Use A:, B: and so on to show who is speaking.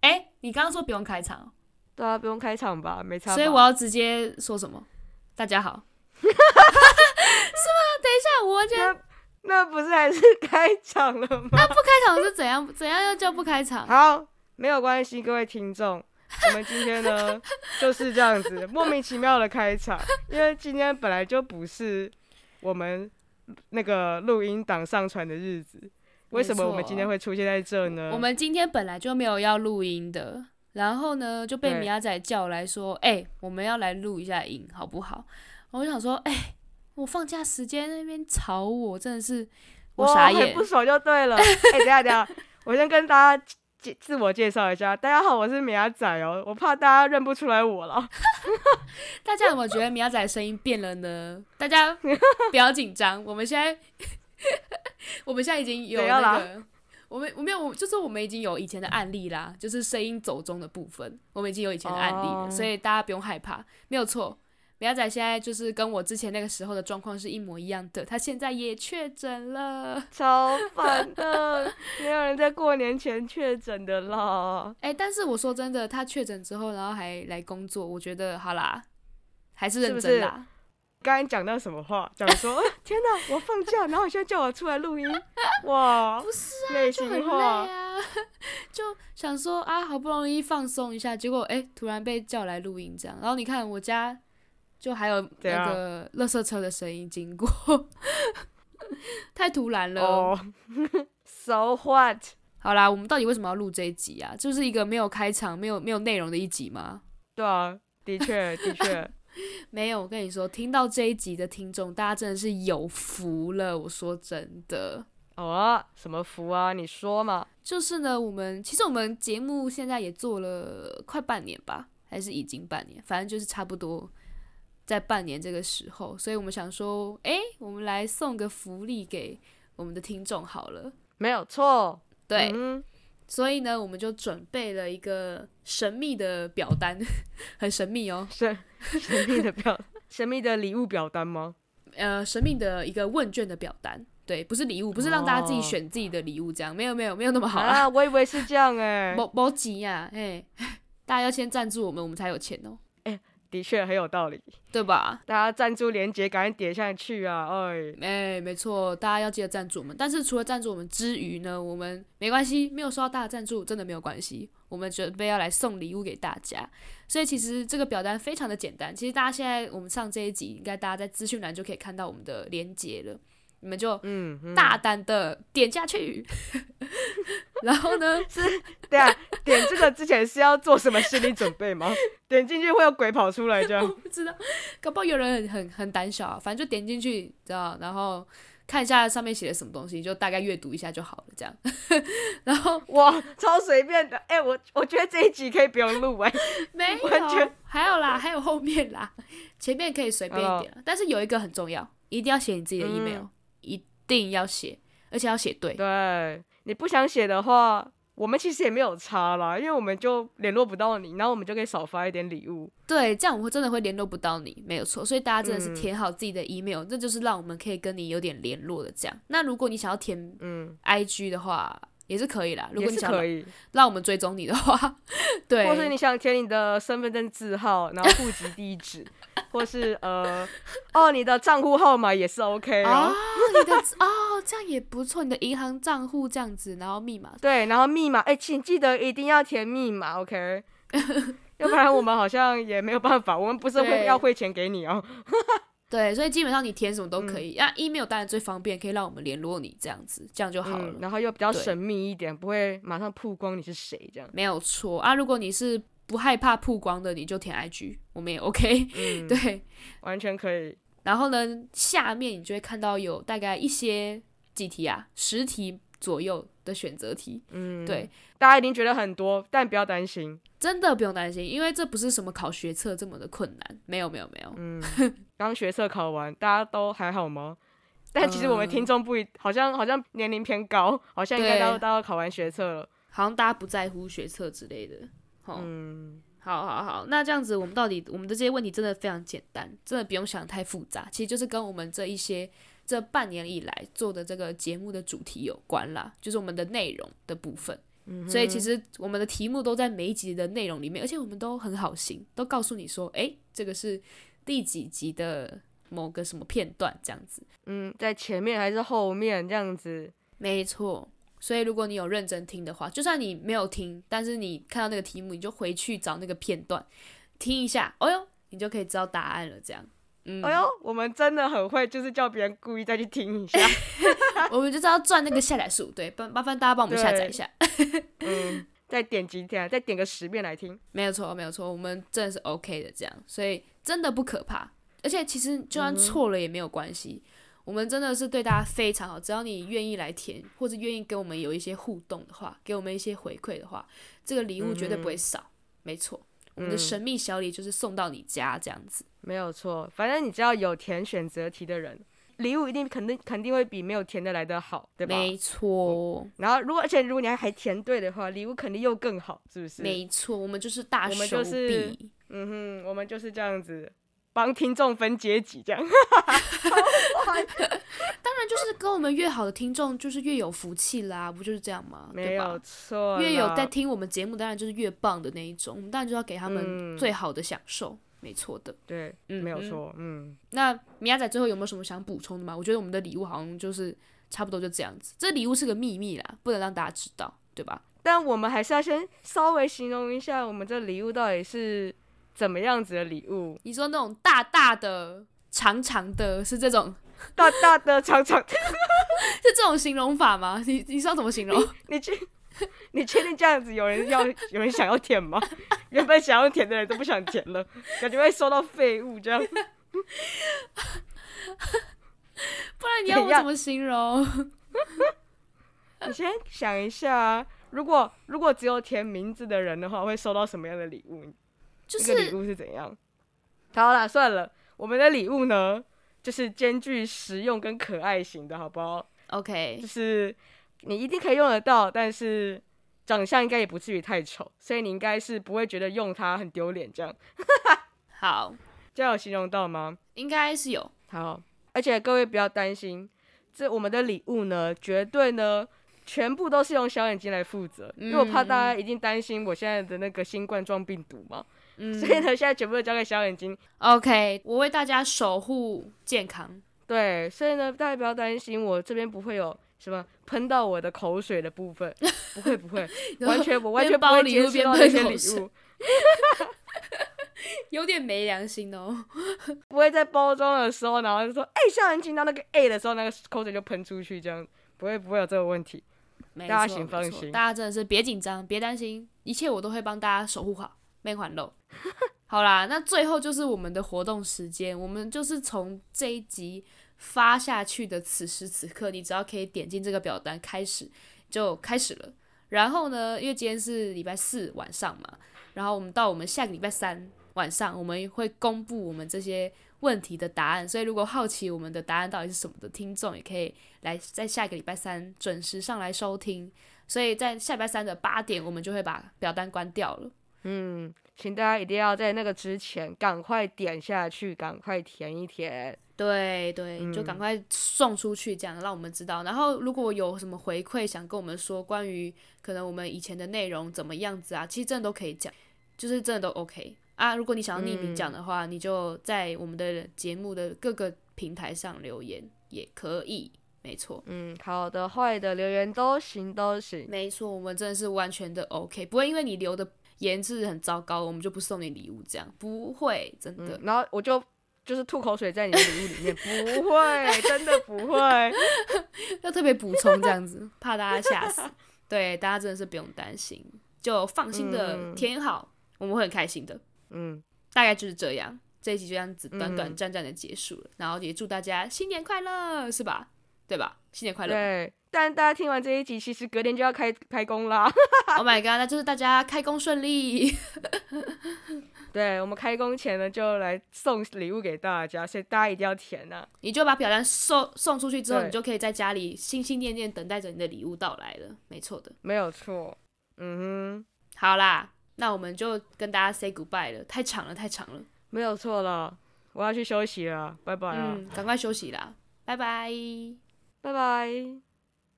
A: 哎你刚刚说不用开场，
B: 对啊，不用开场吧，没差吧。
A: 所以我要直接说什么？大家 好，是吗？等一下，我觉得啊
B: 那那不是还是开场了 吗？
A: 开场是怎样？怎样又叫不开场？
B: 好，没有关系，各位听众，我们今 天呢就是这样子莫名其妙的开场，因为今天本来就不是我们那个录音档上传的日子，为什么我
A: 没
B: 们
A: 错
B: 今天会出现在这呢？
A: 我们今天本来就没有要录音的，然后呢就被
B: 对
A: 米亚仔叫来说：“哎、我们要来录一下音，好不好？”我就想说：“哎、我放假时间那边吵我，真的是我
B: 哇
A: 傻
B: 很
A: 眼
B: 不。爽就 对了。哎、等一下等一下，我先跟大家介自我介绍一下，大家好，我是米亚仔哦，我怕大家认不出来我了。
A: 大家有没有觉得米亚仔的声音变了呢？大家不要紧张，我们现在 我们现在已经有
B: 怎样
A: 那
B: 啦
A: 个。”我们我没有，我就是我们已经有以前的案例啦，就是声音走中的部分，我们已经有以前的案例了
B: 哦
A: 所以大家不用害怕，没有错。苗仔现在就是跟我之前那个时候的状况是一模一样的，他现在也确诊了。
B: 超烦的，没有人在过年前确诊的啦。
A: 哎、但是我说真的，他确诊之后，然后还来工作，我觉得好啦，还是认
B: 是不
A: 真
B: 是
A: 啦。
B: 刚才讲到什么话？讲 说天哪，我放假，然后你现在叫我出来录音，哇，
A: 不是啊
B: 内
A: 就很
B: 心
A: 累
B: 话，
A: 啊， 就想说啊，好不容易放松一下，结果哎、突然被叫来录音这样。然后你看我家就还有
B: 怎
A: 那
B: 样
A: 个垃圾车的声音经过， 太突然了。
B: 哦 ，so what？
A: 好啦，我们到底为什么要录这一集啊？就是一个没有开场、没有没有内容的一集吗？
B: 对啊，的确，的确，
A: 没有，我跟你说，听到这一集的听众，大家真的是有福了。我说真的，
B: 哦啊，什么福啊？你说嘛？
A: 就是呢，我们其实我们节目现在也做了快半年吧，还是已经半年，反正就是差不多在半年这个时候，所以我们想说，诶，我们来送个福利给我们的听众好了。
B: 没有错，
A: 对，
B: 嗯
A: 所以呢，我们就准备了一个神秘的表单， 很神秘哦。
B: 神神秘的表， 神秘的礼物表单吗？
A: 呃神秘的一个问卷的表单，对，不是礼物，不是让大家自己选自己的礼物这样，没有没有没有那么好啦，
B: 哦啊，我以为是这样哎、
A: 某某集呀，哎、 大家要先赞助我们，我们才有钱哦、
B: 的确很有道理。
A: 对吧？
B: 大家赞助链接赶紧点下去啊！哎，
A: 哎、没错，大家要记得赞助我们。但是除了赞助我们之余呢，我们没关系，没有收到大家赞助，真的没有关系。我们准备要来送礼物给大家，所以其实这个表单非常的简单。其实大家现在我们上这一集，应该大家在资讯栏就可以看到我们的连接了，你们就
B: 嗯，嗯
A: 大胆的点下去。 然后 呢，
B: 对啊，点这个之前是要做什么心理准备吗？点进去会有鬼跑出来这样？
A: 不知道，搞不好有人很很很胆小、啊，反正就点进去，知道，然后看一下上面写的什么东西，就大概阅读一下就好了，这样。 然后
B: 哇，超随便的！哎、我我觉得这一集可以不用录哎、
A: 没有
B: 完全，
A: 还有啦，还有后面啦， 前面可以随便一点啊，但是有一个很重要，一定要写你自己的
B: 嗯
A: email，、一定要写，而且要写对。
B: 对，你不想写的话，我们其实也没有差啦，因为我们就联络不到你，然后我们就可以少发一点礼物。
A: 对，这样我会真的会联络不到你，没有错。所以大家真的
B: 嗯
A: 是填好自己的 email，、这就是让我们可以跟你有点联络的这样。那如果你想要填
B: 嗯，
A: IG 的话，也是可以啦。如
B: 也
A: 果你
B: 是
A: 想要
B: 可以，
A: 让我们追踪你的话， 对，
B: 或是你想填你的身份证字号，然后户籍地址，或是呃，哦，你的账户号码也是 OK
A: 啊、
B: 哦。
A: 你的哦，这样也不错，你的银行账户这样子，然后密码，
B: 对，然后密码，哎、请记得一定要填密码，OK？要不然我们好像也没有办法，我们不是
A: 对
B: 会要汇钱给你哦。
A: 对，所以基本上你填什么都可
B: 嗯
A: 以。那、email 当然最方便，可以让我们联络你这样子，这样就好了。
B: 嗯，然后又比较
A: 对
B: 神秘一点，不会马上曝光你是谁这样。
A: 没有错啊，如果你是不害怕曝光的，你就填 IG，我们也 OK、
B: 嗯，
A: 对，
B: 完全可以。
A: 然后呢，下面你就会看到有大概一些几题啊，十题左右的选择题。
B: 嗯，
A: 对，，
B: 大家一定觉得很多，但不要担心。
A: 真的不用担心，因为这不是什么考学测这么的困难。没有，没有，没有。
B: 嗯，刚学测考完，大家都还好吗？但其实我们
A: 嗯
B: 听众不一，好像好像年龄偏高，好像应该
A: 对
B: 都都考完学测了。
A: 好像大家不在乎学测之类的。好、
B: 嗯，
A: 好好好，那这样子，我们到底我们的这些问题真的非常简单，真的不用想太复杂，其实就是跟我们这一些这半年以来做的这个节目的主题有关啦，就是我们的内容的部分。
B: 嗯哼
A: 所以其实我们的题目都在每一集的内容里面，而且我们都很好心，都告诉你说，诶，这个是第几集的某个什么片段这样子。
B: 嗯，在前面还是后面这样子，
A: 没错，所以如果你有认真听的话，就算你没有听，但是你看到那个题目，你就回去找那个片段听一下，哦哟，你就可以知道答案了。这样，嗯，
B: 哎呦，我们真的很会，就是叫别人故意再去听一下。
A: 我们就是要赚那个下载数，对，帮麻烦大家帮我们下载一下。
B: 嗯， 再点几天，再点个十遍来听。
A: 没有错，没有错，我们真的是 OK 的，这样，所以真的不可怕。而且其实就
B: 嗯
A: 算错了也没有关系，我们真的是对大家非常好。只要你愿意来填，或者愿意跟我们有一些互动的话，给我们一些回馈的话，这个礼物绝对不会少。
B: 嗯
A: 没错，我们的神秘小礼就是送到你家这样子。
B: 没有错，反正你知道有填选择题的人，礼物一定肯定肯定会比没有填的来的好，对吧？
A: 没错，
B: 然后如果而且如果你还还填对的话，礼物肯定又更好，是不是？
A: 没错，我们就是大
B: 嗯我们
A: 手
B: 就
A: 笔。
B: 是嗯哼，我们就是这样子帮听众分阶级，这样。
A: 当然，就是跟我们越好的听众，就是越有福气啦，不就是这样吗？
B: 没
A: 对吧
B: 有错啦，
A: 越有在听我们节目，当然就是越棒的那一种。我们当然就要给他们
B: 嗯
A: 最好的享受，没错的。
B: 对，
A: 嗯，
B: 没有
A: 嗯。
B: 错，嗯，
A: 那米亚仔最后有没有什么想补充的吗？我觉得我们的礼物好像就是差不多就这样子。这礼物是个秘密啦，不能让大家知道，对吧？
B: 但我们还是要先稍微形容一下我们这礼物到底是怎么样子的礼物，
A: 你说那种大大的、长长的，是这种
B: 大大的、长长的，
A: 是这种形容法吗？你你知道怎么形 容？
B: 你确你确定这样子有人要 有人想要舔吗？ 原本想要舔的人都不想舔了， 感觉会收到废物这样。
A: 不然你要我
B: 怎样
A: 怎么形容？
B: 你先想一下啊，如果如果只有填名字的人的话，会收到什么样的礼物？
A: 就
B: 这个礼
A: 是
B: 物是怎样？好啦，算了，我们的礼物呢，就是兼具实用跟可爱型的，好不好？就
A: OK，
B: 是你一定可以用得到，但是长相应该也不至于太丑，所以你应该是不会觉得用它很丢脸这样。
A: 好，
B: 这样有形容到吗？
A: 应该是有。
B: 好，而且各位不要担心，这我们的礼物呢，绝对呢。全部都是用小眼睛来负责，
A: 嗯
B: 因为我怕大家一定担心我现在的那个新冠状病毒嘛，
A: 嗯
B: 所以呢，现在全部都交给小眼睛，
A: ，OK，我为大家守护健康。
B: 对，所以呢，大家不要担心，我这边不会有什么喷到我的口水的 部分，不会不会，完全我完
A: 边
B: 全不
A: 包
B: 会
A: 礼
B: 接
A: 物
B: 触
A: 边
B: 到那
A: 喷
B: 些
A: 口
B: 礼
A: 水
B: 物，
A: 有点没良心哦。
B: 不会在包装的时候，然后就说哎，校园进到那个 A 的时候，那个口水就喷出去，这样不会不会有这个问题。
A: 没
B: 大家
A: 错
B: 请
A: 没
B: 放
A: 错
B: 心
A: 大家真的是别紧张，别担心，一切我都会帮大家守护好，没还漏。 好啦，那最后就是我们的活动时间，我们就是从这一集发下去的此时此刻，你只要可以点进这个表单开始就开始了。然后呢，因为今天是礼拜四晚上嘛，然后我们到我们下个礼拜三晚上，我们会公布我们这些问题的答案。所以如果好奇我们的答案到底是什么的听众，也可以来在下个礼拜三准时上来收听。所以在下礼拜三的八点，我们就会把表单关掉了。
B: 嗯，请大家一定要在那个之前赶快点下去，赶快填一填。
A: 对对，就赶快送出去，这样让我们知道。然后如果有什么回馈想跟我们说，关于可能我们以前的内容怎么样子啊，其实真的都可以讲，就是真的都 OK 啊。如果你想要匿名讲的话，你就在我们的节目的各个平台上留言也可以，没错。
B: 嗯，好的、坏的留言都行都行。
A: 没错，我们真的是完全的 OK，不会因为你留的言质很糟糕，我们就不送你礼物，这样不会，真的。
B: 嗯，然后我就就是吐口水在你的礼物里面，不会，真的不会。嗯
A: 要特别补充这样子，怕大家吓死。对，大家真的是不用担心，就放心的
B: 嗯
A: 填好，我们会很开心的。
B: 嗯。
A: 大概就是这样，这一集就这样子短短暂暂的结束了，然后也祝大家新年快乐，是吧？对吧？新年 快乐
B: 对， 但大家听完这一集，其实隔天就要开开工啦。
A: ！Oh my god，那就是大家开工顺利。
B: 对，我们开工前呢，就来送礼物给大家，所以大家一定要填啊。
A: 你就把表单送送出去之后，
B: 对
A: 你就可以在家里心心念念等待着你的礼物到来了。没错的。
B: 没有错。嗯哼，
A: 好啦，那我们就跟大家 say goodbye 了，太长了，太长了。
B: 没有错了，
A: 嗯
B: 我要去休息了，拜拜啊，
A: 嗯，赶快休息啦，拜拜。
B: 拜拜。